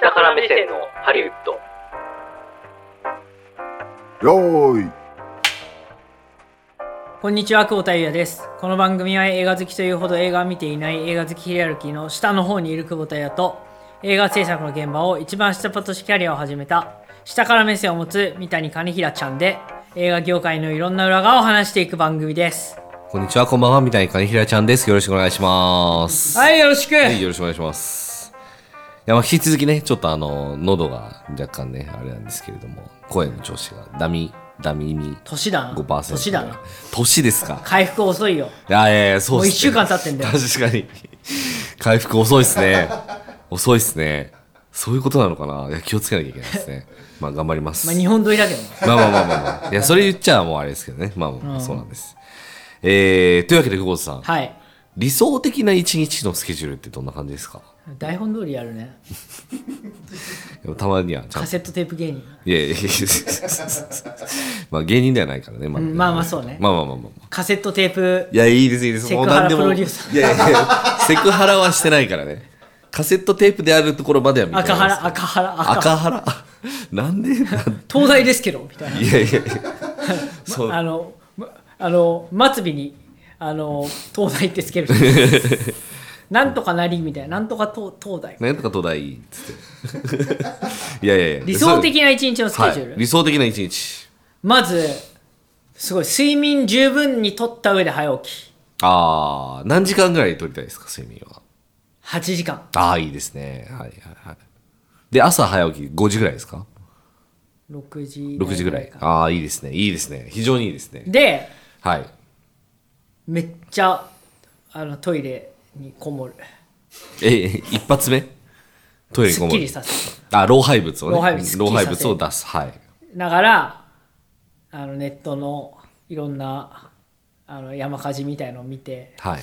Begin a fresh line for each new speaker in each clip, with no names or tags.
下から目線のハリウッド
よーい
こんにちは、久保田裕也です。この番組は映画好きというほど映画を見ていない映画好きヒエラルキーの下の方にいる久保田裕也と映画制作の現場を一番下っ端としてキャリアを始めた下から目線を持つ三谷兼平ちゃんで映画業界のいろんな裏側を話していく番組です。
こんにちは、こんばんは、みたいに金平ちゃんです。よろしくお願いします。
はい、よろしく、
はい、よろしくお願いします。いや、まあ、引き続きね、ちょっとあの、喉が若干ね、あれなんですけれども、声の調子がダミ、ダミミ
年だな。
5%。
年だな。。
年ですか。
回復遅いよ。
いやいやいや、そうっすね。
もう一週間経ってんだよ
確かに。回復遅いっすね。遅いっすね。そういうことなのかないや、気をつけなきゃいけないですね。まあ、頑張ります。
まあ、日本撮りだけど。
まあまあまあまあ、まあ、いやそれ言っちゃもうあれですけどねまあまあそうなんです、えー、というわけで久保田さん、
はい。
理想的な一日のスケジュールってどんな感じですか
台本通りやるね。
でもたまにはちゃん
カ
と
セットテープ芸人。
いやいやいやまあ芸人ではないからねま
うんまあまあそうね
まあまあまあまあまあ
カセットテープ
いやいいですいいです
セクハラ
もう何でも
プロデューサ
いやいやいやセクハラはしてないからねカセットテープであるところまでは認めます
赤原、赤原、赤
赤原なんでなん
東大ですけど、みたいな。
いやいやいやそう
あの、まあの、末尾に、あの、東大ってつける。 なんとかなりみたいな、なんとか東東大。
なんとか東大っつっていやいやいや
理想的な一日のスケジュール。
はい、理想的な一日
まず、すごい、睡眠十分にとった上で早起き。
ああ何時間ぐらい取りたいですか睡眠は
8時間。
ああいいですねはいはいはいで朝早起き5時ぐらいですか
6時。
6時ぐらい
か
ああいいですねいいですね非常にいいですね
で、
はい
めっちゃ、あの、トイレにこもる。
え一発目トイレに
す
こ
っ
も
き
る
りさせ
あ老廃物をね
老廃物すっきりさせる
老廃物を出すはい
ながら、あの、ネットのいろんな、あの、山火事みたいのを見て、
はい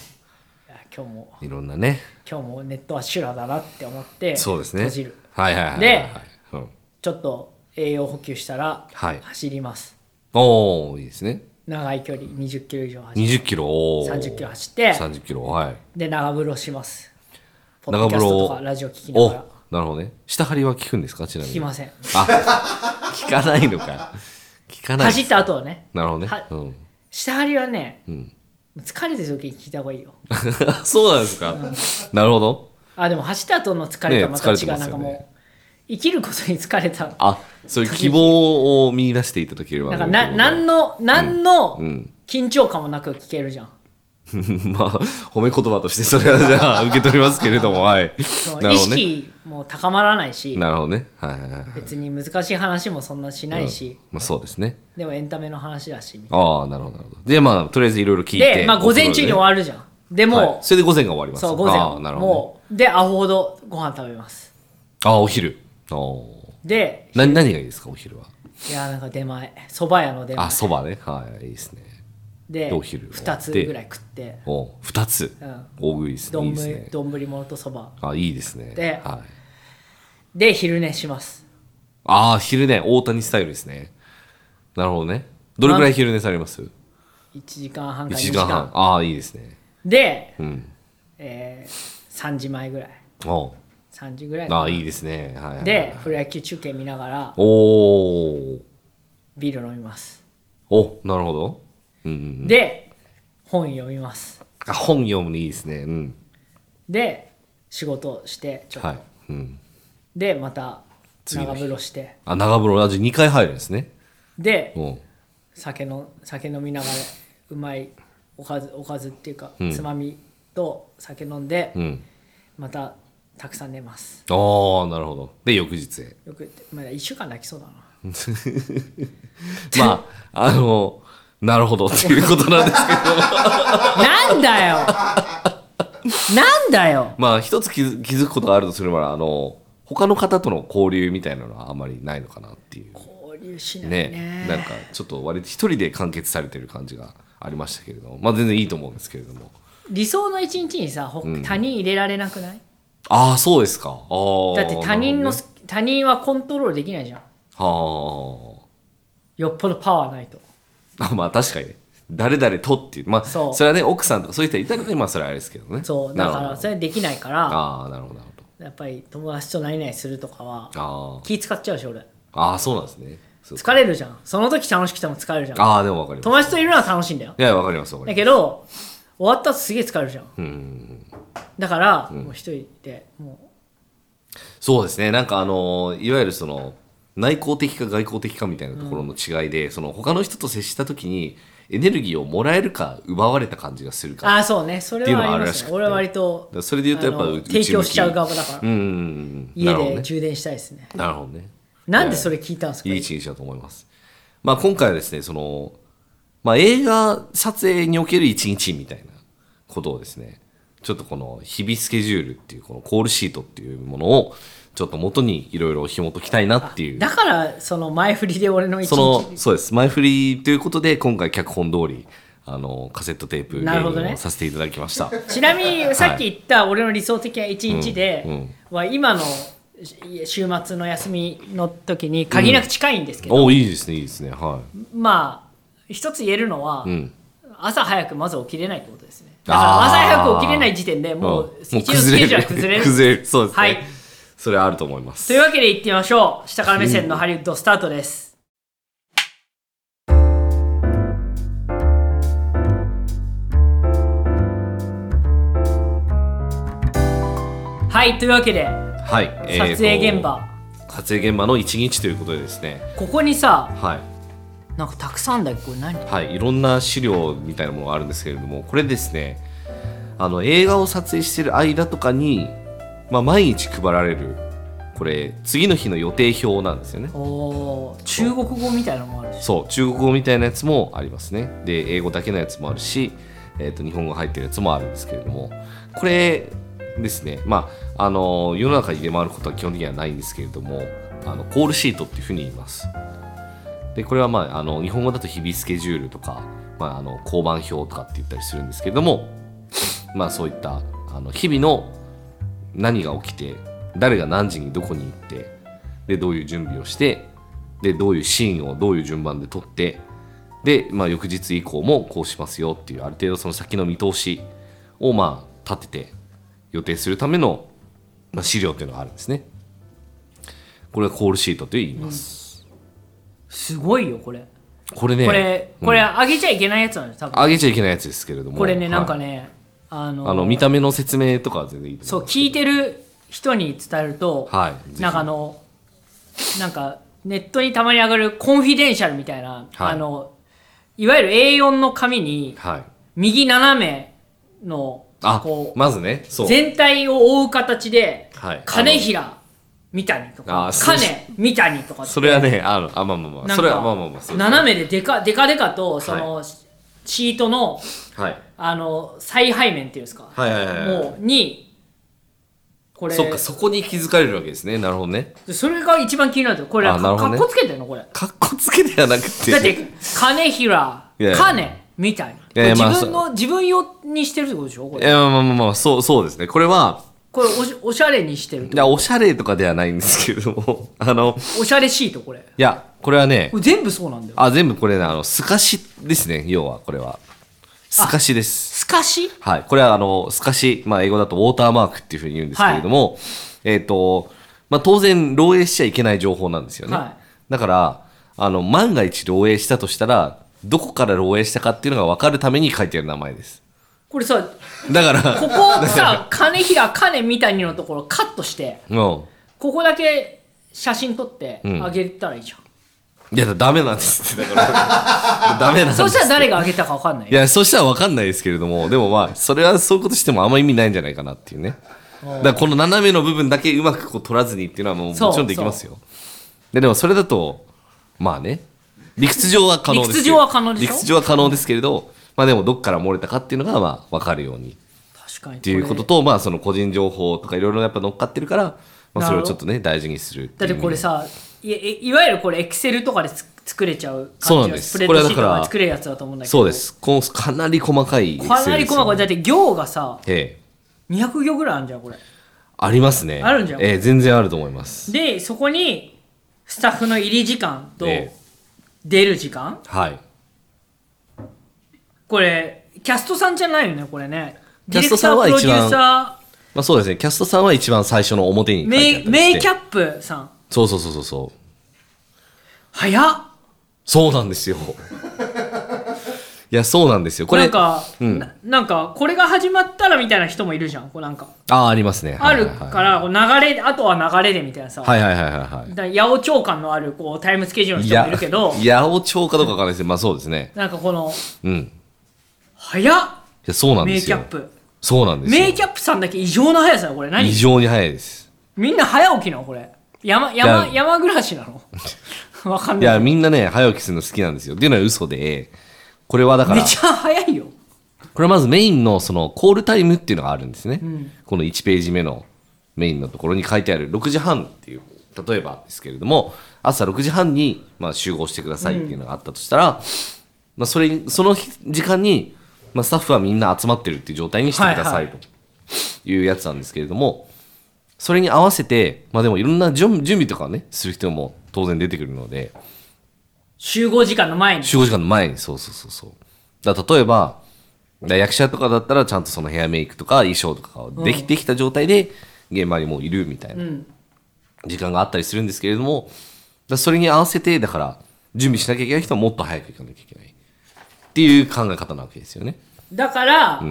あ今日も
いろんなね
今日もネットは修羅だなって思って
そうですね
閉じる
はいはいはいはい
で
はいうん、
ちょっと栄養補給したら
はい
走ります、
おおいいですね
長い距離2 0キロ以上走
2
る
0キロおー
30キロ走って
30キロはい
で長風呂しますポッ
長
ドキ
風
ャスト
呂
とかラジオ聞きな
お
がら
なるほどね下張りは聞くんですかちなみ
聞
に
きません
あ聞かないのか聞かない
走った後はね
なるほどね
は
うん
下張りはね
うん
疲れてる時に聞いた方がいいよ
そうなんですかなるほど
あでも走った後の疲れとはまた違
ね
う、
疲れてますよ
な
ね
んかもう生きることに疲れた
あそういう希望を見出していただければ
なんかな何
の
の何の
うん
緊張感もなく聞けるじゃん
まあ褒め言葉としてそれは じゃあ受け取りますけれどもはい
その
なる
意
ほどね
識も高まらないし
なるほどねはいはいはい
別に難しい話もそんなしないし、
まあそうですね
でもエンタメの話だしみたい
ああなるほどなるほどでまあとりあえずいろいろ聞い
な
て
で、まあ、午前中に終
わ
わるじゃんでも、
それで午前が終わります
そう午前
ああなるほどね
もうでアホほどご飯食べます
ああお昼おお
で
何何がいいですかお昼はい
やなんか出前そば屋の出前
あそばねはいいいですね
で
お昼
2つぐらい食って
おう二つ、
うん
大食いですねいい
丼
です
ぶ
ね
丼物とそば
あいいですね
で
はい、
で昼寝します
ああ昼寝大谷スタイルですねなるほどねどれくらい昼寝されます
1時間半か
1
2時
時
間
間半ああいいですね
で、
うん
えー3時前ぐらい
おう
3時ぐらい
ああいいですねはいはいはい
でプロ野球中継見ながら
おお
ビール飲みます
おなるほどうんうんうん
で本読みます
あ本読むのいいですねうん
で仕事してちょっと、
はい、うん、
でまた
次の
長
日
風呂して
あ長風呂あじゃあ2回入るんですね
で
おう
酒の酒飲みながらうまいおかずおかずっていうか、
うん
つまみと酒飲んで、
うん
またたくさん寝ます
ああなるほどで翌日へ
よくまだ1週間泣きそうだな
ま ああのなるほどっていうことなんですけど
なんだよなんだよ
まあ一つ気づ気づくことがあるとすればあの他の方との交流みたいなのはあまりないのかなっていう
交流しないね
ねなんかちょっと割と一人で完結されてる感じがありましたけれどもまあ全然いいと思うんですけれども
理想の一日にさほ他人入れられなくない、
ああそうですかああ
だって他人の、
なる
他人はコントロールできないじゃん
ほ
よっぽどパワーないと
どねはあ まあ確かにね誰々とっていうまあ
そ
そうれはね奥さんとかそういう人いたらねまあそれはあれですけどね
そうだか
なるほ
ら
ど
それはできないから
ああなるほどなるほど
やっぱり友達と何々するとかは
あー
気使っちゃうし俺
あーそうなんですねそう
疲れるじゃんその時楽しくても疲れるじゃん
ああでもわかり
友
ます
達といるのは楽しいんだよ
いやわかりますわか
だ
ります
けど終わった後すげえ疲れるじゃん
うんうんうん
だから、もう一人でも
そうですねなんかあのいわゆるその内向的か外向的かみたいなところの違いで、その他の人と接した時にエネルギーをもらえるか奪われた感じがする
う
か
ああそうねそれはありま
っていうのがあるらしく
す
て
ね俺は割と
それで言うとやっぱ
あの
内向き
提供しちゃう側だから、
うんうんうん
家
なるほど
で
ね
充電したいですね
なるほどね
なんでそれ聞いたんですか
いい一日だと思います。まあ、今回はですね、その、まあ、映画撮影における一日みたいなことをですね、ちょっとこの日々スケジュールっていうこのコールシートっていうものをちょっと元にいろいろ紐解きたいなっていう。
だからその前振りで俺の一
そ
日
の、そうです。前振りということで、今回脚本通り、あの、カセットテープ
なるほどね
ゲームをさせていただきま した。
ちなみにさっき言った俺の理想的な一日で
うんうん
は今のし週末の休みの時に限りなく近いんですけど、
おいいですね、いいですね。はい。
まあ一つ言えるのは、
うん。
朝早くまず起きれないってことですねだから朝早く起きれない時点でもう
うんも
一応スケジュールは崩れる
崩れる。そうですね。
はい
それはあると思います。
というわけで行ってみましょう下から目線のハリウッドスタートですはいというわけで
はい、えー
撮影現場、
こう撮影現場の一日ということでですね
ここにさ
はい、
なんかたくさんあんだけどこれ何
はい、いろんな資料みたいなものがあるんですけれどもこれですねあの映画を撮影してる間とかに、まあ、毎日配られるこれ次の日の予定表なんですよね
おー中国語みたいなのもあるし
そう中国語みたいなやつもありますねで英語だけのやつもあるし、えー、と日本語入ってるやつもあるんですけれどもこれですねまああの世の中に出回ることは基本的にはないんですけれどもあのコールシートっていうふうに言いますでこれはまああの日本語だと日々スケジュールとか、まあ、あの交番表とかって言ったりするんですけれどもまあそういったあの日々の何が起きて誰が何時にどこに行ってでどういう準備をしてでどういうシーンをどういう順番で撮ってで、まあ、翌日以降もこうしますよっていうある程度その先の見通しをまあ立てて予定するための、まあ、資料っていうのがあるんですね。これはコールシートと言います。
すごいよこれ
これね
これ
うん
これあげちゃいけないやつなんです多分
あげちゃいけないやつですけれども
これね
はい
なんかねあの
あの見た目の説明とかは全然いいと
そう
思
聞いてる人に伝えると、
はいぜひ
なんかあのなんかネットにたまに上がるコンフィデンシャルみたいな、
はい
あのいわゆる A4 の紙に
はい
右斜めの
あ
こう、
まずねそう
全体を覆う形で、
はい
金平三谷と
あ
か
そう
金三谷とかって
それはねあのあまあまあまあ
なん
そ
か
れはまあまあまあそうですね
斜めででかでかでかとその、シートの
はい
あの最背面っていうんですか、
はいはいはいはい
もうにこれ
そっかそこに気づかれるわけですねなるほどね
でそれが一番気になるとこれ
あなるほど
か
ね
っこつけてんのこれ
かっこつけではなくて
だって金平
いやいや
金みたい
やい
な
やまあ
自分の自分用にしてるってことでしょこ
い
れ
やまあまあまあまあそうそうですねこれは
これおしおしゃれにしてるって
いやおしゃれとかではないんですけれども あの
おしゃれシートこれ
いやこれはね
これ全部そうなんだよ
あ全部これねあのすかしですね要はこれはすかしです
透かし
はい。これは、あの、透かし、まあ、英語だとウォーターマークっていうふうに言うんですけれども、えっ、と、まあ、当然、漏洩しちゃいけない情報なんですよね。
はい
だから、あの、万が一漏洩したとしたら、どこから漏洩したかっていうのが分かるために書いてある名前です。
これさ
だか
こ
ら、
こ さ金平金みたいのところカットして
も
ここだけ写真撮って
うん
あげたらいいじゃん、
うん、いや、ダメなんですって、だから、ダメなんです。
そうしたら誰があげたか分かんない
いや、そしたら分かんないですけれども、でもまあ、それはそういうことしてもあんま意味ないんじゃないかなっていうね。だからこの斜めの部分だけうまくこう取らずにっていうのはもうもち
そう
ろんできますよ。で、でもそれだと、まあね、理屈上は可能ですよ。
理屈上は可能でしょ
理屈上は可能ですけれど、まあでもどっから漏れたかっていうのがまあ分かるようにっ
確かにって
いうことと、まあその個人情報とかいろいろやっぱ乗っかってるから、まあそれをちょっとね、大事にするって
だ
い
っ
う
てこれさいいいわゆるこれエクセルとかでつ作れちゃう
そう
感
なん
じの
です
スプレッドシートと
これは
か
だか
ら作れるやつだと思うんだけど
そうです。こうかなり細かい、
かなり細かいだっ。て行がさ
ええ。
200行ぐらいあるじゃんこれ
ありますね。
あるんじゃん
ええ、全然あると思います。
でそこにスタッフの入り時間と
ええ
出る時間、
はい。
これキャストさんじゃないよねこれね
キャストさんは一番
ディレクタープロデューサ
まあそうですね、キャストさんは一番最初の表に書いてあ
メ
っ
イメイ
たりして
キャップさん
そうそうそうそうそう。
早っ
そうなんですよ。 いや、そうなんですよ。これ、
なんか、
うん
ななんかこれが始まったらみたいな人もいるじゃんこうなんか
ああ、ありますね。
あ
はいはい
る
はい
からこう流れであとは流れでみたいなさ、
はいはいはいはいはい。
だ八百長感のあるこうタイムスケジュールの人もいるけど
いや八百長かどうかわからないですけど、まあそうですね。
なんかこの
うん。い
早っ
や、そうなん
メ
で
イ
す
キャ
よ。
ップ
そうなんですよ。
メイキャップさんだけ異常な速さよこれ何
異常に早いです。
みんな早起きなのこれ山山
いや
山暮らしな のわかん
いや、
ない
みんなね、早起きするの好きなんですよ。っていうのは嘘で、これはだか
め
ら、
ちゃ早いよ
これはまずメインのそのコールタイムっていうのがあるんですね。
ん
この1ページ目のメインのところに書いてある6時半っていう、例えばですけれども、朝6時半にまあ集合してくださいっていうのがあったとしたら、まあそれ、その日時間に、まあ、スタッフはみんな集まってるっていう状態にしてくださ
はいい
というやつなんですけれども、それに合わせて、まあでもいろんな準準備とかをね、する人も当然出てくるので、
集合時間の前に
集合時間の前に、そうそうそうそう。だから例えば、だから役者とかだったらちゃんとそのヘアメイクとか衣装とかができてきた状態で現場にもういるみたいな時間があったりするんですけれども、だからそれに合わせて、だから準備しなきゃいけない人はもっと早く行かなきゃいけないっていう考え方なわけですよね。
だから、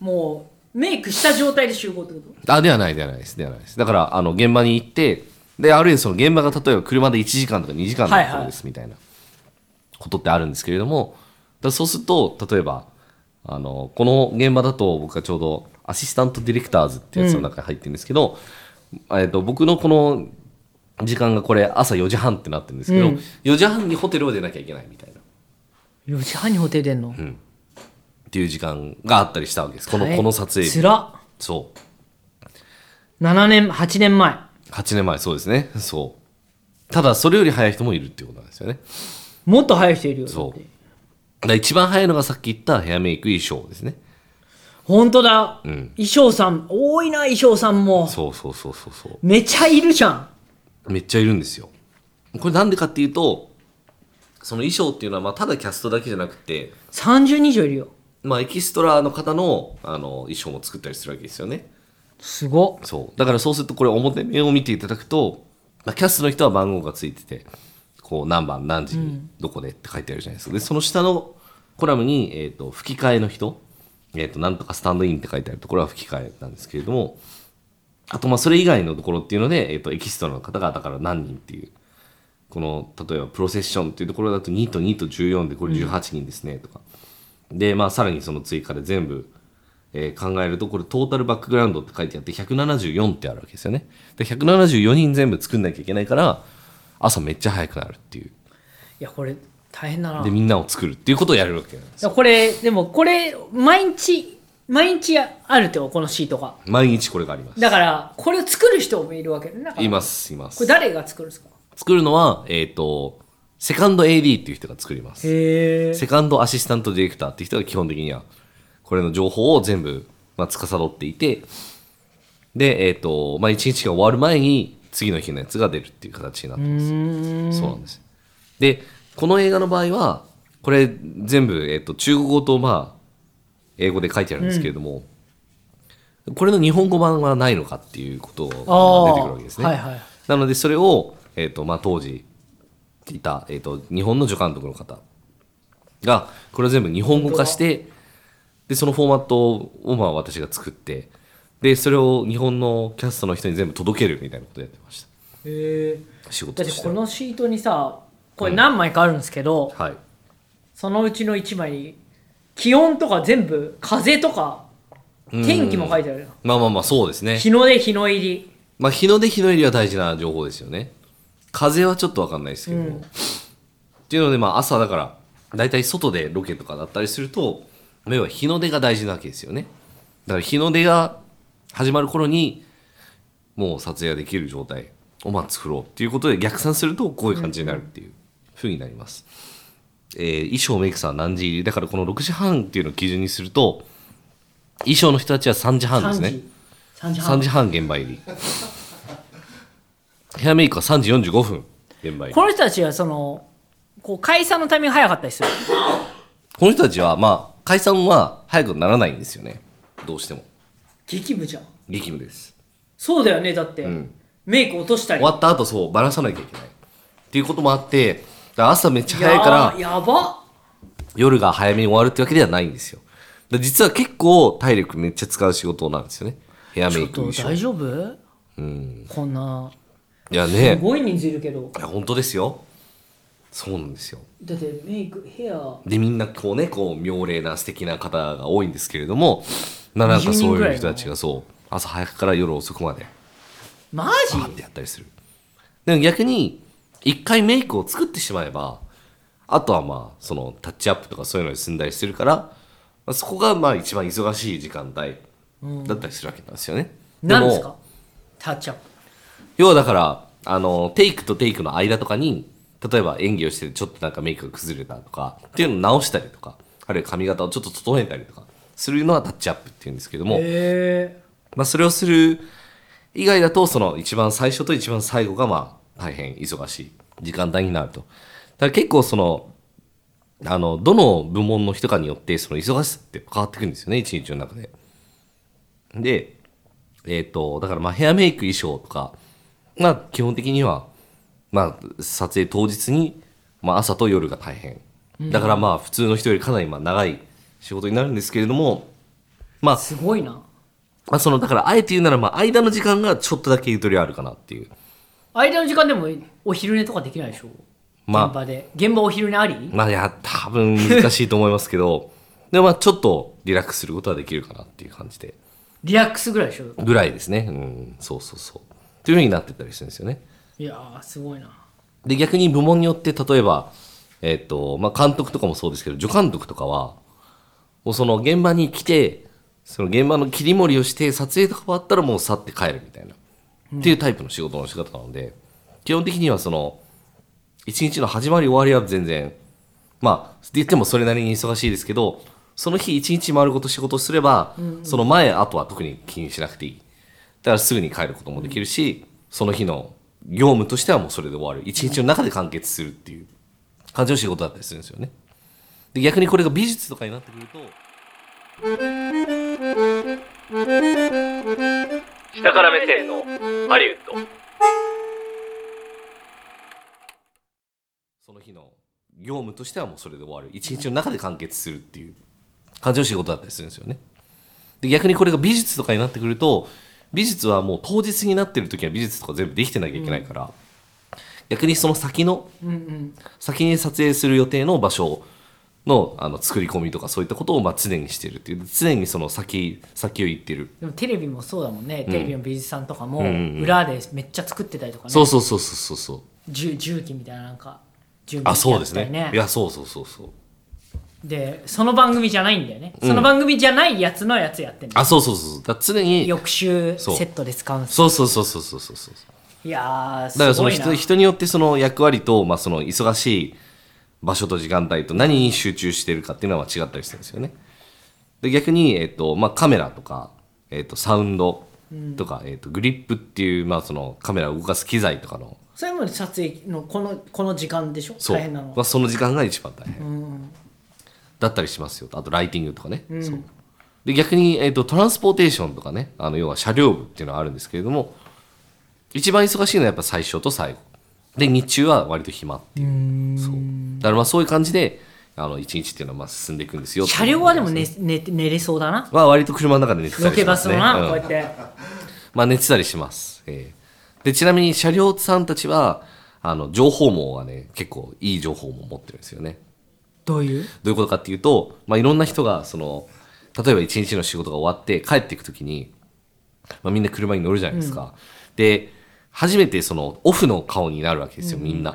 もうメイクした状態で集合ってこと
あ、ではない、ではないです、ではないです。だから、あの、現場に行って、で、あるいはその現場が例えば車で1時間とか2時間
は
の
いはい
ところですみたいなことってあるんですけれども、だからそうすると、例えば、あの、この現場だと僕はちょうどアシスタントディレクターズってやつの中に入ってるんですけど、えっと、僕のこの時間がこれ朝4時半ってなってるんですけど、
うん
4時半にホテルを出なきゃいけないみたいな。
4時半にホテル出んの、
っていう時間があったりしたわけです。この、
大変
この撮影
つ
日。
らっ
そう。
7年8年前
8年前そうですねそうただそれより早い人もいるっていうことなんですよね
もっと早い人いるよ
そう
だって
だから一番早いのがさっき言ったヘアメイク衣装ですね
本当だ、
ん
衣装さん多いな衣装さんも
そうそうそうそうそ
めちゃいるじゃん
うめっちゃいるんですよこれなんでかっていうとその衣装っていうのはまあただキャストだけじゃなくて
30人以上いるよ
まあエキストラの方のあの衣装も作ったりするわけですよね
すごっ
そうだからそうするとこれ表面を見ていただくと、まあ、キャストの人は番号がついててこう何番何時にどこでって書いてあるじゃないですか、でその下のコラムに、えー、と吹き替えの人、えー、となんとかスタンドインって書いてあるところは吹き替えなんですけれどもあとまあそれ以外のところっていうので、えー、とエキストラの方がだから何人っていうこの例えばプロセッションっていうところだと2と2と14でこれ18人ですねとか、でまあさらにその追加で全部えー考えるとこれトータルバックグラウンドって書いてあって174ってあるわけですよねで174人全部作んなきゃいけないから朝めっちゃ早くなるっていう
いやこれ大変だな
でみんなを作るっていうことをやるわけなんです
いやこれでもこれ毎日毎日あるってよこのシートが
毎日これがあります
だからこれを作る人もいるわけなんか
いますいま
これ
す
誰が作るんですか
作るのはえっ、とセカンド AD っていう人が作ります
へえ
セカンドアシスタントディレクターっていう人が基本的にはこれの情報を全部、まあ、司っていてでえっ、とまあ一日が終わる前に次の日のやつが出るっていう形になってますそうなんです。で、この映画の場合は、これ全部、えっと、中国語と、まあ、英語で書いてあるんですけれども、これの日本語版はないのかっていうことが出てくるわけですね。
はいはい
なので、それを、えっと、まあ、当時いた、えっと、日本の助監督の方が、これを全部日本語化して、で、そのフォーマットを、まあ、私が作って、で、それを日本のキャストの人に全部届けるみたいなことをやってました。
へえ
仕
だっ
事と
て
して
こ
は。
のシートにさこれ何枚かあるんですけど、
はい。
そのうちの1枚に気温とか全部風とか天気も書いてあるよ
まあまあまあそうですね。
日の出日の入り
まあ日の出日の入りは大事な情報ですよね。風はちょっとわかんないですけども。っていうのでまあ朝だから大体外でロケとかだったりすると要は日の出が大事なわけですよね。だから日の出が始まる頃にもう撮影ができる状態をまあ作ろうっていうことで逆算するとこういう感じになるっていう風になります。えー衣装メイクさんは何時入りだからこの6時半っていうのを基準にすると衣装の人たちは3時半で
3
す
時、
ね。
3時半
3時半現場入りヘアメイクは3時45分現場入りこ
この人たちはそのこう解散のタイミング早かったりする
の人たちはまあ解散は早くならないんですよねどうしても
激務じゃん
激務です、
そうだよねだって、
うん、
メイク落としたり
終わった後そうバラさなきゃいけないっていうこともあってだから朝めっちゃ早いから
ややば
夜が早めに終わるってわけではないんですよ。だ実は結構体力めっちゃ使う仕事なんですよね。ヘア
ち
メ
ょ
イ
っ
ク
と
衣装。
大
い
丈夫こんな
や
す
ね、
ごい人数いるけど
いや本当ですよ。そうなんですよ。
だってメイクヘア
で、みんなこうね、こう、妙齢な素敵な方が多いんですけれども、まあなんかそういう人たちがそう、朝早くから夜遅くまで、
マ
バーって
ジ
やったりする。でも逆に、一回メイクを作ってしまえば、あとはまあ、その、タッチアップとかそういうのに済んだりするから、まあそこがまあ一番忙しい時間帯だったりするわけなんですよね。
何です
も
かタッチアップ
要はだから、あの、テイクとテイクの間とかに、例えば演技をしててちょっとなんかメイクが崩れたとか、っていうのを直したりとか、あるいは髪型をちょっと整えたりとか、するのはタッチアップっていうんですけども、
へえ
まあそれをする以外だと、その一番最初と一番最後がまあ大変忙しい時間帯になると。だから結構その、あの、どの部門の人かによって、その忙しさって変わってくるんですよね、一日の中で。で、えっ、と、だからまあヘアメイク衣装とか、まあ基本的には、まあ撮影当日に、まあ朝と夜が大変。だからまあ普通の人よりかなりまあ長い仕事になるんですけれども、まあ
すごいな
まあその、だから、あえて言うなら、まあ、間の時間がちょっとだけゆとりあるかなっていう。
間の時間でもお昼寝とかできないでしょ
まあ
現場で現場お昼寝あり
まあ、いや、多分難しいと思いますけど、 でもまあ、ちょっとリラックスすることはできるかなっていう感じで。
リラックスぐらいでしょ
ぐらいですね。うん、そうそうそう。というふうになってたりするんですよね。
いやーすごいな
で、逆に部門によって、例えば、えっ、と、まあ、監督とかもそうですけど、助監督とかは、もうその現場に来て、その現場の切り盛りをして、撮影とか終わったらもう去って帰るみたいな、っていうタイプの仕事の仕方なので、基本的にはその、一日の始まり終わりは全然、まあ、言ってもそれなりに忙しいですけど、その日一日丸ごと仕事をすれば、その前、後は特に気にしなくていい。だからすぐに帰ることもできるし、その日の業務としてはもうそれで終わる。一日の中で完結するっていう感じの仕事だったりするんですよね。で逆にこれが美術とかになってくると、
下から目線のハリウッド
その日の業務としてはもうそれで終わる一日の中で完結するっていう感じの仕事だったりするんですよねで逆にこれが美術とかになってくると美術はもう当日になってる時は美術とか全部できてなきゃいけないから、逆にその先の
うんうん
先に撮影する予定の場所のあの作り込みとかそういったことをまあ常にしてるっていう常にその先先を行ってる
でもテレビもそうだもんね、テレビの美術さんとかも
んうんうん
裏でめっちゃ作ってたりとかね、
そうそうそうそうそうそう
重重機みたいななんか準
あ
備して
そ
あった
うです
り
ねいやそうそうそうそう
でその番組じゃないんだよね、その番組じゃないやつのやつやってんだ
あ
よ
そうそうそうそうだから常に
翌週
そう
セットで使うんです
そうそうそうそうそうそうそう
いやーす
だからそ
ご
の
いな
人人によってその役割と、まあ、その忙しい場所と時間帯と何に集中してるかっていうのは違ったりするんですよね。で逆に、えっとまあ、カメラとか、えっとサウンドとか、えっとグリップっていう、まあ、そのカメラを動かす機材とかの
それも撮影のこのこの時間でしょ
そう
大変なの
まあ、
は
その時間が一番大変、だったりしますよあとライティングとかね、そうで逆に、えー、とトランスポーテーションとかねあの要は車両部っていうのはあるんですけれども一番忙しいのはやっぱ最初と最後で日中は割と暇っていうそうだからまあそういう感じであの一日っていうのはまあ進んでいくんですよ
車両はでも寝寝て寝れそうだな
まあ割と車の中で寝てた
ロ
りし
ケ
ま
バ
す
ス
ね
のな、
うん
こうやって
まあ、寝てたりします。ええで、ちなみに車両さんたちは、あの、情報網はね、結構いい情報も持ってるんですよね。
どういう
どういうことかっていうと、まあ、いろんな人が、その、例えば一日の仕事が終わって帰っていくときに、まあ、みんな車に乗るじゃないですか。で、初めてその、オフの顔になるわけですよ、みんな。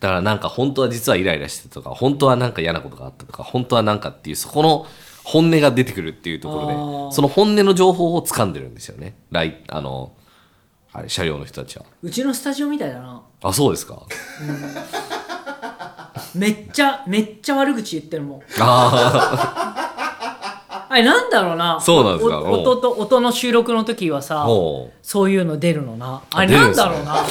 だからなんか本当は実はイライラしてたとか、本当はなんか嫌なことがあったとか、本当はなんかっていう、そこの本音が出てくるっていうとこ
あ
ろ
ー
で、その本音の情報を掴んでるんですよね。来、あの、あれ、車両の人たちは。
うちのスタジオみたいだな
あ、そうですか。
めっちゃめっちゃ悪口言ってるもん
あ
あれなんだろうな
そうなんですか
お音と音の収録の時は
あ、
さ
も
そういうの出るのなあれ
出る
なんん
すね
だろうな
う、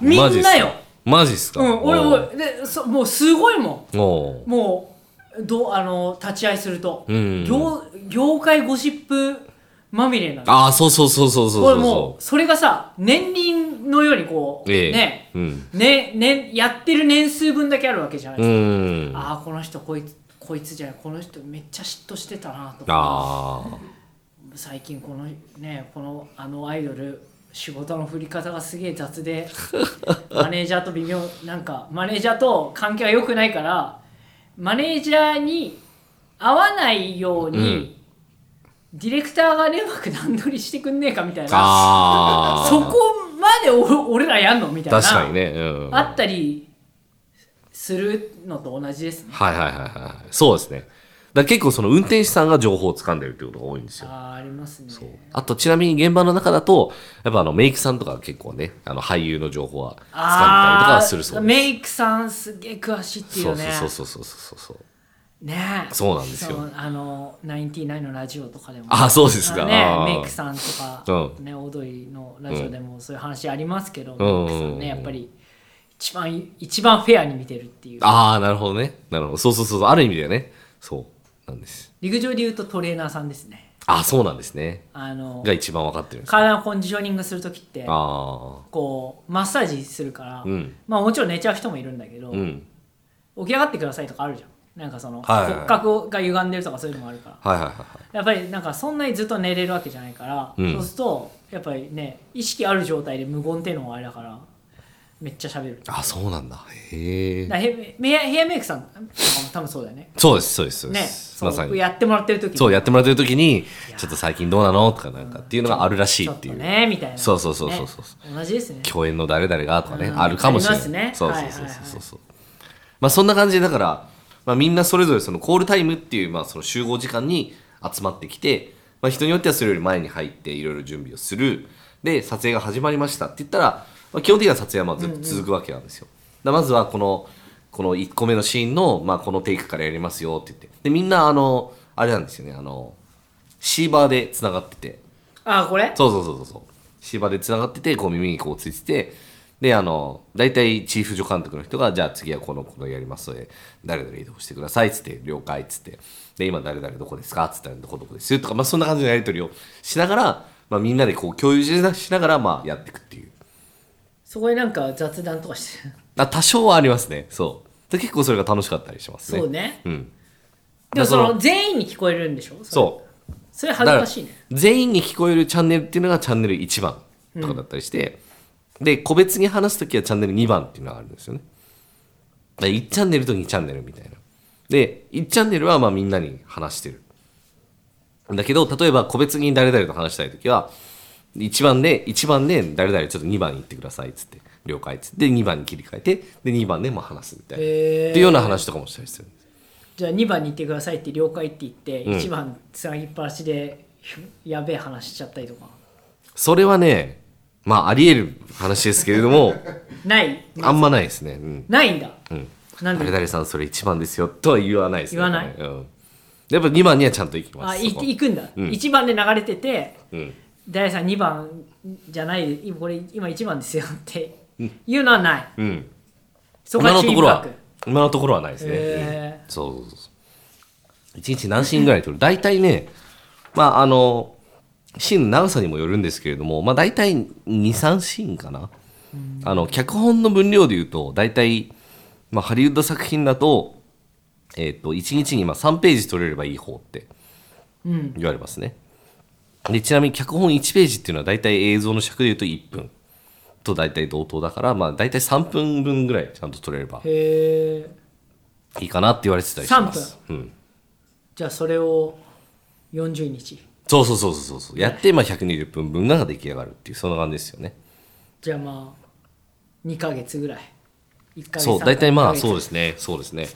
み
マジっ
ん
すか
なよ。
マジっすか。
うん俺もでそもうすごいも
おお
んもうどうあの立ち会いすると、
うん
業業界ゴシップまみれなの
ああそうそうそうそうそう
こ
そ
れ
う
もうそれがさ年輪のようにこう、
ええ
ね
うん
ねねやってる年数分だけあるわけじゃないで
う
すか、
んあ
ああこの人こいつこいつじゃないこの人めっちゃ嫉妬してたなとか
あー
最近このねこのあのアイドル仕事の振り方がすげえ雑 でマネージャーと微妙なんかマネージャーと関係は良くないからマネージャーに合わないように、ディレクターがねうまく段取りしてくんねえかみたいな
あー
そこまでお俺らやんのみたいな
確かにね、うん、
あったりするのと同じですね
はいはいはいはいそうですねだから結構その運転手さんが情報を掴んでるってことが多いんですよ
あーありますね
そうあとちなみに現場の中だとやっぱあのメイクさんとか結構ねあの俳優の情報は掴んでたりとかはするそうです
メイクさんすげえ詳しいっていう
そ
よ
う
ね
そうそうそうそうそうそう
ねえ
そうなんですよ
そうあのナインティナインのラジオとかでも
あそうですか
あの
あー
ねメイクさんとか、
う
ねオードリーのラジオでもそういう話ありますけど、
ん
メイクさんねやっぱり一番一番フェアに見てるっていう
ああなるほどねなるほどそうそうそうそうある意味だよねそうなんです
陸上で言うとトレーナーさんですね
あそうなんですね
あの
が一番分かってるんです
体のコンディショニングする時って
あ
こうマッサージするから、
うん
まあもちろん寝ちゃう人もいるんだけど、
あうん
起き上がってくださいとかあるじゃんなんかその、
はいはい
骨格が歪んでるとかそういうのもあるから
はいはいはいはい
やっぱりなんかそんなにずっと寝れるわけじゃないから、
うん
そうするとやっぱりね意識ある状態で無言っていうのもあれだからめっちゃ喋るだか
あそうなんだへえ
らヘヘアヘアメイクさんとかも多分そうだよね
そうですそうですそうで
ね
すまさ
そう
に
やってもらってる時に
そうやってもらってる時にちょっと最近どうなのとかなんかっていうのがあるらしい
ちょ
っ
ってと
いう、
ねみたいな
そうそうそうそうそう
ね同じですね
共演の誰々がとかね、
うん
あるかもしれない
ありますね
そうそうそ
は
う
いはいはい
そうそうまあそんな感じでだから、まあ、みんなそれぞれそのコールタイムっていう、まあ、その集合時間に集まってきて、まあ、人によってはそれより前に入っていろいろ準備をするで撮影が始まりましたって言ったら、まあ、基本的には撮影はまあずっと続くわけなんですよ、だからまずはこのこの1個目のシーンの、まあ、このテイクからやりますよって言ってでみんなあのあれなんですよねあのシーバーでつながってて
あこれ
そうそうそうそうそう芝でつながっててこう耳にこうついててであの大体チーフ助監督の人がじゃあ次はこのこのやりますので誰々移動してくださいっつって了解っつってで今誰々どこですかっつったらどこどこですとか、まあ、そんな感じのやり取りをしながら、まあ、みんなでこう共有しなしながらまあやっていくっていう
そこでなんか雑談とかしてる
あ多少はありますねそうで結構それが楽しかったりしますね
そうね
うん
でもそ
だか
の
ら
全員に聞こえるんでしょ
そう
うそれ恥ずかしいね
だから全員に聞こえるチャンネルっていうのがチャンネル1番とかだったりして、で個別に話す時はチャンネル2番っていうのがあるんですよねだから1チャンネルと2チャンネルみたいなで1チャンネルはまあみんなに話してるだけど例えば個別に誰々と話したい時は1番で1番で誰々ちょっと2番に行ってくださいっつって了解っつって2番に切り替えてで2番でも話すみたいな、
へー
っていうような話とかもしたりする
じゃあ2番に行ってくださいって了解って言って、
ん
1番つなぎっぱなしでひゅやべえ話しちゃったりとか
それはねまああり得る話ですけれども
ない
あんまないですね。うん。
ないんだ、
うん。
なん
誰
で
々さんそれ一番ですよとは言わないですね。
言わない
うん。やっぱ二番にはちゃんと行きま
あ
す。
い
そこ
行くんだ、
うん
一1番で流れてて
うん。
誰さん2番じゃない今これ今1番ですよっていうのはない、
うん。
そこ
今
は
の
注
と
意
ころ
深
は
く、
今のところはないですね。
へー
うんそうそうそうそう。一日何シーンぐらい撮る大体ね、まああの、シーンの長さにもよるんですけれども、まあ大体2、3シーンかな。あの、脚本の分量で言うと、大体、まあハリウッド作品だと、えっ、と、1日にまあ3ページ撮れればいい方って。
うん、
言われますねでちなみに脚本1ページっていうのは大体映像の尺でいうと1分と大体同等だからまあ大体3分分ぐらいちゃんと撮れれば
へえ
いいかなって言われてたりしますうん、
じゃあそれを40日
そうそうそうそうそうやってまあ120分分が出来上がるっていうそんな感じですよね
じゃあまあ2ヶ月ぐらい1ヶ月
そう大体まあそう
で
ですねそうですね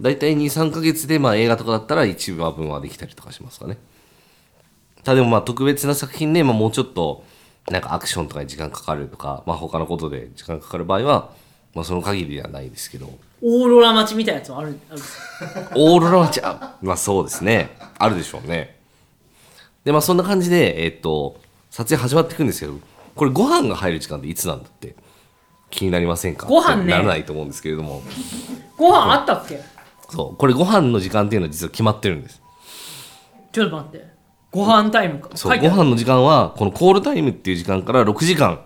大体23か月でまあ映画とかだったら1話分はできたりとかしますかねただでもまあ特別な作品で、まあ、もうちょっとなんかアクションとかに時間かかるとか、まあ、他のことで時間かかる場合は、まあ、その限りではないですけど
オーロラ待ちみたいなやつもあるあるんですよ
オーロラはちゃまあそうですねあるでしょうねでまあそんな感じでえっと撮影始まっていくんですけどこれご飯が入る時間っていつなんだって気になりませんか
ご飯ね
ってならないと思うんですけれども
ご飯あったっけ
そう、これご飯の時間っていうのは実は決まってるんです。
ちょっと待って。ご飯タイムか書
そ
い
うご
てある
飯の時間はこのコールタイムっていう時間から6時間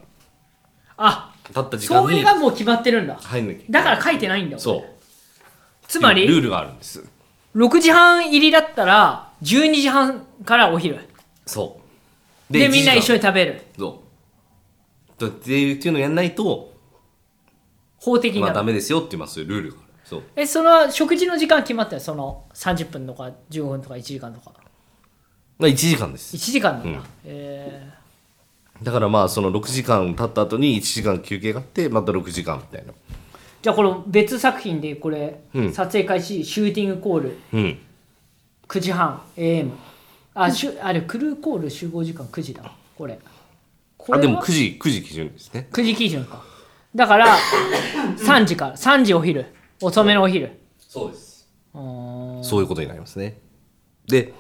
あ
経った時間
そ
に
れがもう決まってるんだ
入んなきゃいけない
だから書いてないんだ
そう
つま
ルー
り
ルがあるんです
6時半入りだったら12時半からお昼
そう
でみんな一緒
に
に食べる
そうだっていうっていうのをやんないと
法的に
まあ
な
ダ
る
メですよって言いますルールがあるそう
えその食事の時間決まったよその30分とか15分とか1時間とか
まあ1時間で
1
す
時間なんだ、
うん
え
だからまあその6時間経った後に1時間休憩があってまた6時間みたいな
ーじゃあこの別作品でこれ、
うん
撮影開始シューティングコール
うん
9時半 AM あしゅあれクルーコール集合時間9時だこれこれ
あ
は
でも9時9時基準ですね
9時基準かだから 3時から3時お昼遅めのお昼
そうです
うーん
そういうことになりますね。で、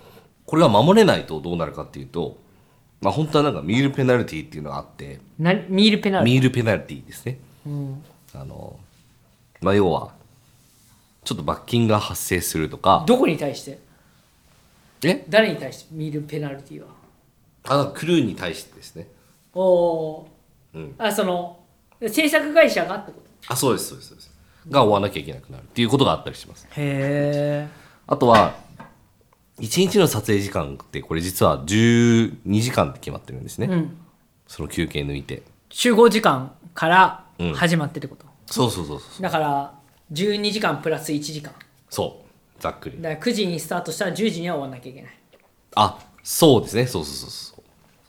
これは守れないとどうなるかっていうと、まあ、本当はなんかミールペナルティっていうのがあって、
なミールペナルティ
ミールペナルティですね。
うん
あの、まあ、要は、ちょっと罰金が発生するとか、
どこに対して
え
誰に対してミールペナルティは
あクルーに対してですね。
おおー、
うん
あその制作会社がってこと
あ、そうです、そうです、そうです。が追わなきゃいけなくなるっていうことがあったりします。
へ
あとは、1日の撮影時間って、これ実は12時間って決まってるんですね。
え、うん、
その休憩抜いて。
集合時間から
うん
始まってってこと、
そうそうそうそう。
だから12時間プラス1時間
そう。ざっくり。
だから9時にスタートしたら10時には終わんなきゃいけない
あそうですねそうそうそうそう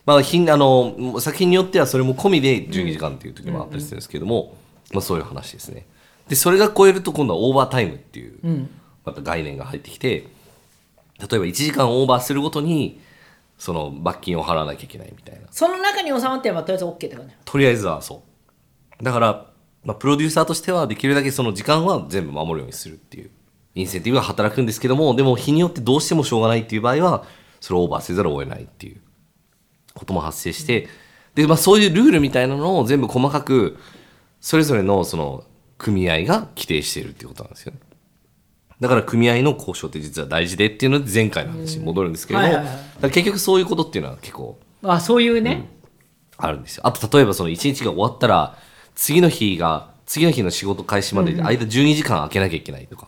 まあひんあの作品によってはそれも込みで12時間っていう時もあったりするんですけども、まあ、そういう話ですねでそれが超えると今度はオーバータイムっていう、
ん
また概念が入ってきて例えば1時間オーバーするごとにその罰金を払わなきゃいけないみたいな
その中に収まってればとりあえず OK って感じ
とりあえずはそうだから、まあ、プロデューサーとしてはできるだけその時間は全部守るようにするっていうインセンティブが働くんですけどもでも日によってどうしてもしょうがないっていう場合はそれをオーバーせざるを得ないっていうことも発生して、で、まあ、そういうルールみたいなのを全部細かくそれぞれのその組合が規定しているっていうことなんですよねだから組合の交渉って実は大事でっていうので前回の話に戻るんですけれども、
うんはいはいはい
だから結局そういうことっていうのは結構
あそういうね、
あるんですよ。あと例えばその1日が終わったら次の日が次の日の仕事開始まで間12時間空けなきゃいけないとか、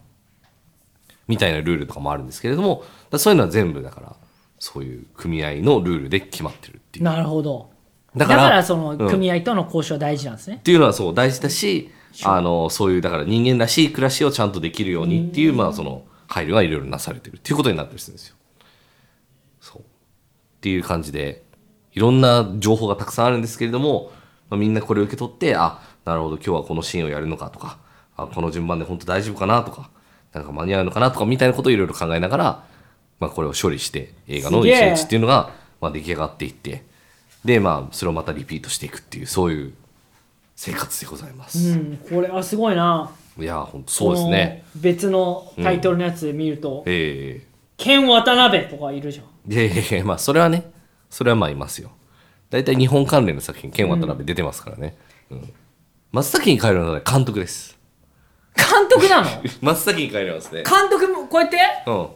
みたいなルールとかもあるんですけれどもだからそういうのは全部だからそういう組合のルールで決まってるっていう。
なるほどだか
だからら
その
うん
組合との交渉は大事なんですね、
っていうのはそう大事だしあのそういうだから人間らしい暮らしをちゃんとできるようにっていう、まあ、その配慮がいろいろなされてるっていうことになったりするんですよ。そうっていう感じでいろんな情報がたくさんあるんですけれども、まあ、みんなこれを受け取ってあなるほど今日はこのシーンをやるのかとかあこの順番で本当大丈夫かなとかなんか間に合うのかなとかみたいなことをいろいろ考えながら、まあ、これを処理して映画の
すげえ
一日っていうのが、まあ、出来上がっていってでまあそれをまたリピートしていくっていうそういう生活でございます。
うんこれはすごいない
や本当そうですね。
この別のタイトルのやつ見ると、
ええ
ケン・渡辺とかいるじゃん
いやいやいやまあそれはねそれはまあいますよ大体日本関連の作品剣渡辺出てますからね、うん真っ先に帰るのは監督 です
監督なの
真っ先に帰れます ね
監督もこうやって
うん うん
あっと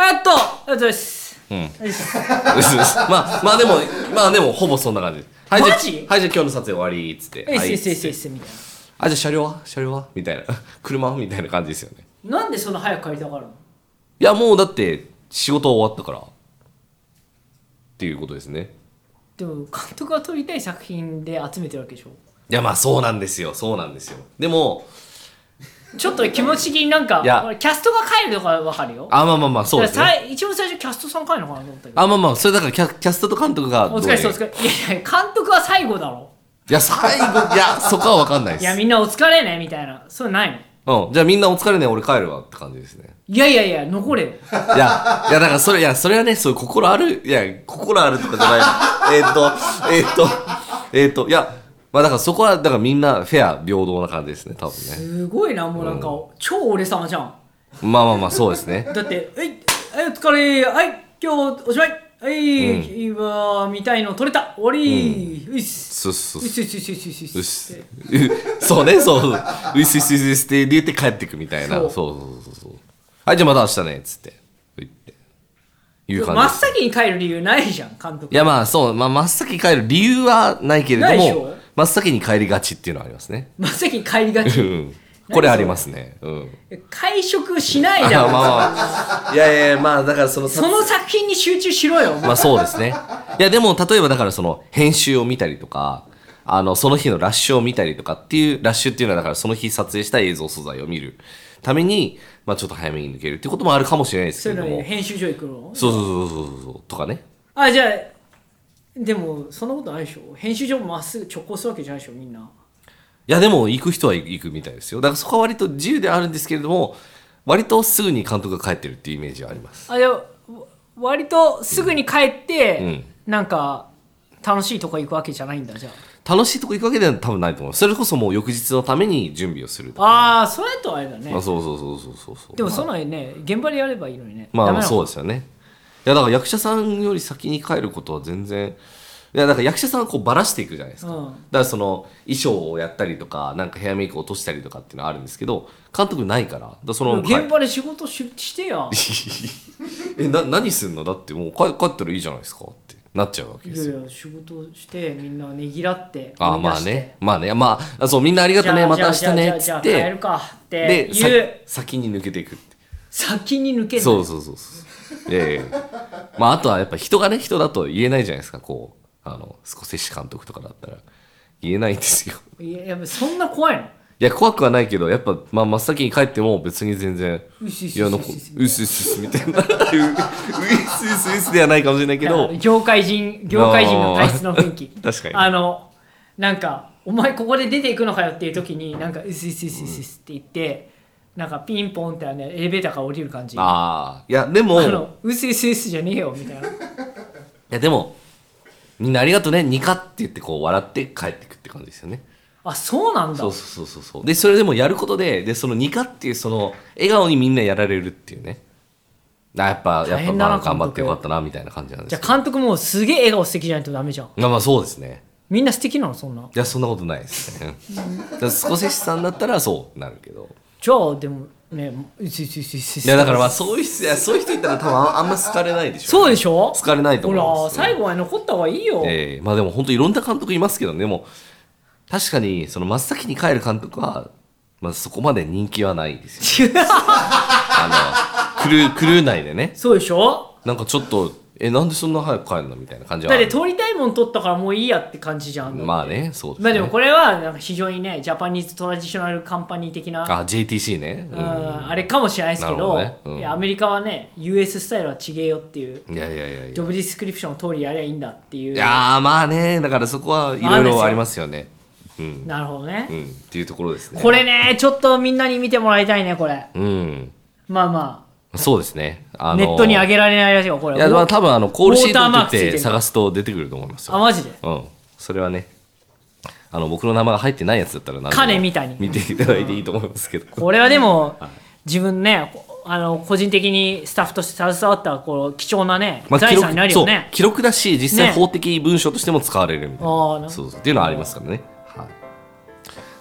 ありがとうございます
うん
よし
まあまあでもまあでもほぼそんな感じはいじゃあ
マジ
はいじゃあ今日の撮影終わりっつって
えい
は
っ
い
す
っ
えいっ
つ
すえいっすえ
って
いっすみたい
あじゃあ車両は車両はみたいな 車はみたいな感じですよね
ななんでそんな早く帰りたがるの
いやもうだって仕事終わったからっていうことですね
でも監督が撮りたい作品で集めてるわけでしょ
いやまあそうなんですよそうなんですよでも
ちょっと気持ち的になんか
いや
俺キャストが帰るとかわかるよ
あまあまあまあそうですね
だからさい一番最初キャストさん帰るのかなと思ったけど
あ、まあまあ、それだからキャキャストと監督がど
お
う
疲
ね。
れっすお疲れいやいや監督は最後だろ
いや、最後、いや、そこは分かんない
い
です。
やみんなお疲れねみたいなそれないの
うん。じゃあみんなお疲れね、俺帰るわって感じですね。
いやいやいや残れよ
いや、いや、だからそれ、いや、それはね、そういう心ある、いや、心あるとかじゃない。えー っと、えーっと、えーっと、いや、まあだからそこは、だからみんなフェア、平等な感じですね、多分ね。
すごいなもうなんか、超俺様じゃん
まあまあまあ、そうですね。
だって「えいはいお疲れはい今日おしまいはい、今みたいの取れた終わり、ういっす
そうそう
うっ
そう。
すうっすうっすうっすうっす
うっす うそうね、そう。うっすうっすうっすって言って帰ってくみたいな。
そ
そううそうそうそう。はい、じゃあまた明日ね、っつって。ういって。いう感じ
真
で
っ
す
先に帰る理由ないじゃん監督
いやまあそう、まあ、真っ先に帰る理由はないけれ
ない
ど
でしょ
も真っ先に帰りがちっていうのはありますね
真っ先に帰りが
う
ち
んこれありますねうん
会食しない
あ
だ
まあ
ろ
まあいやいやまあだからその
その作品に集中しろよお前
まあそうですね。いやでも例えばだからその編集を見たりとか、あのその日のラッシュを見たりとかっていう、ラッシュっていうのはだからその日撮影した映像素材を見るために、まあちょっと早めに抜けるっていうこともあるかもしれないです
そう
け
いう
れ
のに
ども。
編集所行くの
そうそうそうそうそうとかね。
あじゃあでもそんなことないでしょ編集所まっすぐ直行するわけじゃないでしょみんない
やでも行く人は行くみたいですよ。だからそこは割と自由ではあるんですけれども、割とすぐに監督が帰ってるっていうイメージはあります。
あじゃあわ割とすぐに帰って、
うん
なんか楽しいとこ行くわけじゃないんだじゃ
楽しいとこ行くわけでは多分ないと思う。それこそもう翌日のために準備をするとか。
ああーそれとあれだね
まあそうそうそうそうそうそう。
でもそのね現場でやればいいのにね
まあ
ダ
ま
メな
あ
の
そうですよね。いやだから役者さんより先に帰ることは全然いやだから役者さんはこうばらしていくじゃないですか、
うん
だからその衣装をやったりとかなんかヘアメイク落としたりとかっていうのはあるんですけど監督ないからだからその
でも現場で仕事ししてや
えな何すんのだってもう帰帰ったらいいじゃないですかってなっちゃうわけ
い
で
や
すよ。
いや仕事してみんなねぎらって
ああ
思い出
まあ
して
ねまあねまあそうみんなありが
じゃ
とう
あ
ねまた明
じゃ
日
あ
ねっ
じ
つ
ゃあ
っ
じゃあ帰る
て
かって
でさ
言う
先に抜けていくって
先に抜ける
そうそうそうそう。ええまあ、あとはやっぱ人がね、人だと言えないじゃないですか、こう、あの、スコセッシ監督とかだったら。言えないんですよ。
いややっぱそんな怖いの
いや、怖くはないけど、やっぱ、まあ、真っ先に帰っても別に全然、
うすうす
いや、なんか
うすうす
うすうすみたいな。うすうすうすではないかもしれないけ
だ
ど
から、業界人業界人の体質の雰囲気
確かに
あのなんか「お前ここで出ていくのかよ」っていう時になんか「うすうすうすうす」って言って、なんかピンポンってあのエレベーターから降りる感じあ
ああ、いや、でも、い
の「うすうすうす」じゃねえよみたいな
や、でも、みんなありがとうね、ニカって言って、こう、笑って帰ってくって感じですよね。
あそうなんだ
そうそうそうそうそう。で、それでもやることで、で、そのニカっていう、その、笑顔にみんなやられるっていうね。あやっ
大
ぱ、やっぱ、
変だな
まあ、頑張っ
監
て
督
よかったな、みたいな感じなんで
じゃ
す
あ
けど。
監督もすげえ笑顔素敵じゃないとダメじゃん
まあ、まあ、そうですね。
みんな素敵なのそんない
や、そんなことないで すね。だからスコセッシさんだったら、そうなるけど。
じゃあでもねうすうすうすうす
いや、だから、まあ、そういう人、いや、そういう人いたら、多分あん、あんま好かれないでしょ。
そうでしょ
好かれないと思います
ほら最後は残った方がいいよ、
ええまあ、でも、本当いろんな監督いますけどね、でも。確かに、その、真っ先に帰る監督は。まあ、そこまで人気はないですよ。 あの、クルー、クルー内でね。
そうでしょ
なんかちょっと、え、なんでそんな早く帰るのみたいな感じは
だ
あ
って
る。
撮りたいもん撮ったからもういいやって感じじゃん。
まあね、そうです、ね。
まあでもこれはなんか非常にね、ジャパニーズトラディショナルカンパニー的な、
あ、JTC ね。
う
うんん。
あれかもしれないですけど
なるほどねうん
いやアメリカはね、US スタイルは違えよっていう、
いやいやいやい
ジ
や。
ョブディスクリプションの通りやりゃいいんだっていう。
いやーまあね、だからそこはいろいろありますよね。うん。
なるほどね、
うん。っていうところですね。
これね、ちょっとみんなに見てもらいたいね、これ。
うん。
まあま
そうですね。あ
あ、
の
ネットに上
げ
げられないらしいよ、これ。
いや、まあ多分あの、コール
ウ
シー
ォーターマー
ト
ク
っ
ついて
て
る
探すと出てくると思います
あ、
よ。
マジで。
うん。それはね、あの、僕の名前が入ってないやつだったら何でも
彼みたいに
見ていただいていいと思いますけど。
これはでも、自分ね、こあの個人的にスタッフとして携わったこう貴重なね、
まあ
財産になるよ
記録そ
ね
う。記録だし実際
ね
法的文書としても使われるみたいな,、
ああな
そうそうっていうのはありますからね、はい、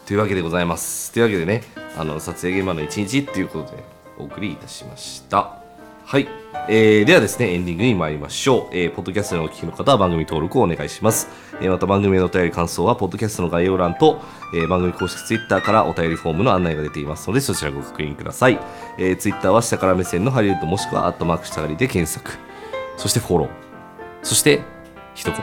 というわけでございますというわけでねあの撮影現場の一日っていうことでお送りいたしましたはい、えーではですねエンディングに参りましょう、えーポッドキャストのお聞きの方は番組登録をお願いします、えーまた番組へのお便り感想はポッドキャストの概要欄と、えー番組公式ツイッターからお便りフォームの案内が出ていますのでそちらご確認ください、えー、ツイッターは下から目線のハリウッドもしくはアットマーク下がりで検索そしてフォロー。そして、一言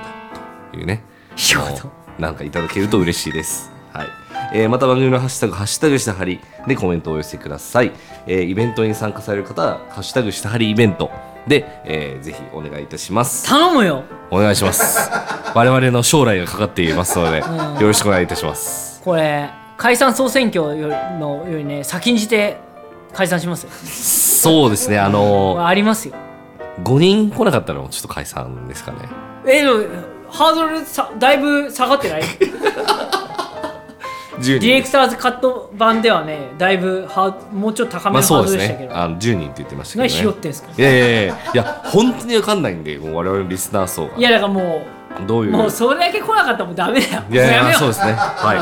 というね。
一言
あの なんかいただけると嬉しいです。はい。えーまた番組のハッシュタグ、ハッシュタグしたはりでコメントをお寄せください。えーイベントに参加される方は、ハッシュタグしたはりイベントで、えーぜひお願いいたします。
頼むよ
お願い します。我々の将来がかかっていますので、よろしくお願いいたします。
これ解散総選挙よりのよりね先んじて解散しますよ
そうですね、あ
これ
の
ありますよ
5人来なかったらもうちょっと解散ですかね。
えでもハードルさだいぶ下がって ないデ
10
ィレ
人。
クターズカット版ではねだいぶハーもうちょっと高
ま
め
あ
のハー
そう
ド
で
ルで
す
したけ
ね
ど、。
あの10人って言ってましたけど、ね。
何しよってんすか
いやいやいやいや本当にわかんないんでもう我々のリスナー層
い
が
やだからも
どういうう
もうそれだけ来なかったらもうダメだよ
いやいや
もうやめよう
そうですね はい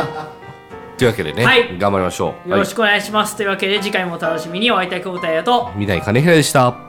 というわけでね、
はい
頑張りましょう
よろしくお願いします、というわけで次回もお楽しみにお会いいたい久保田彩と
はい、南金平でした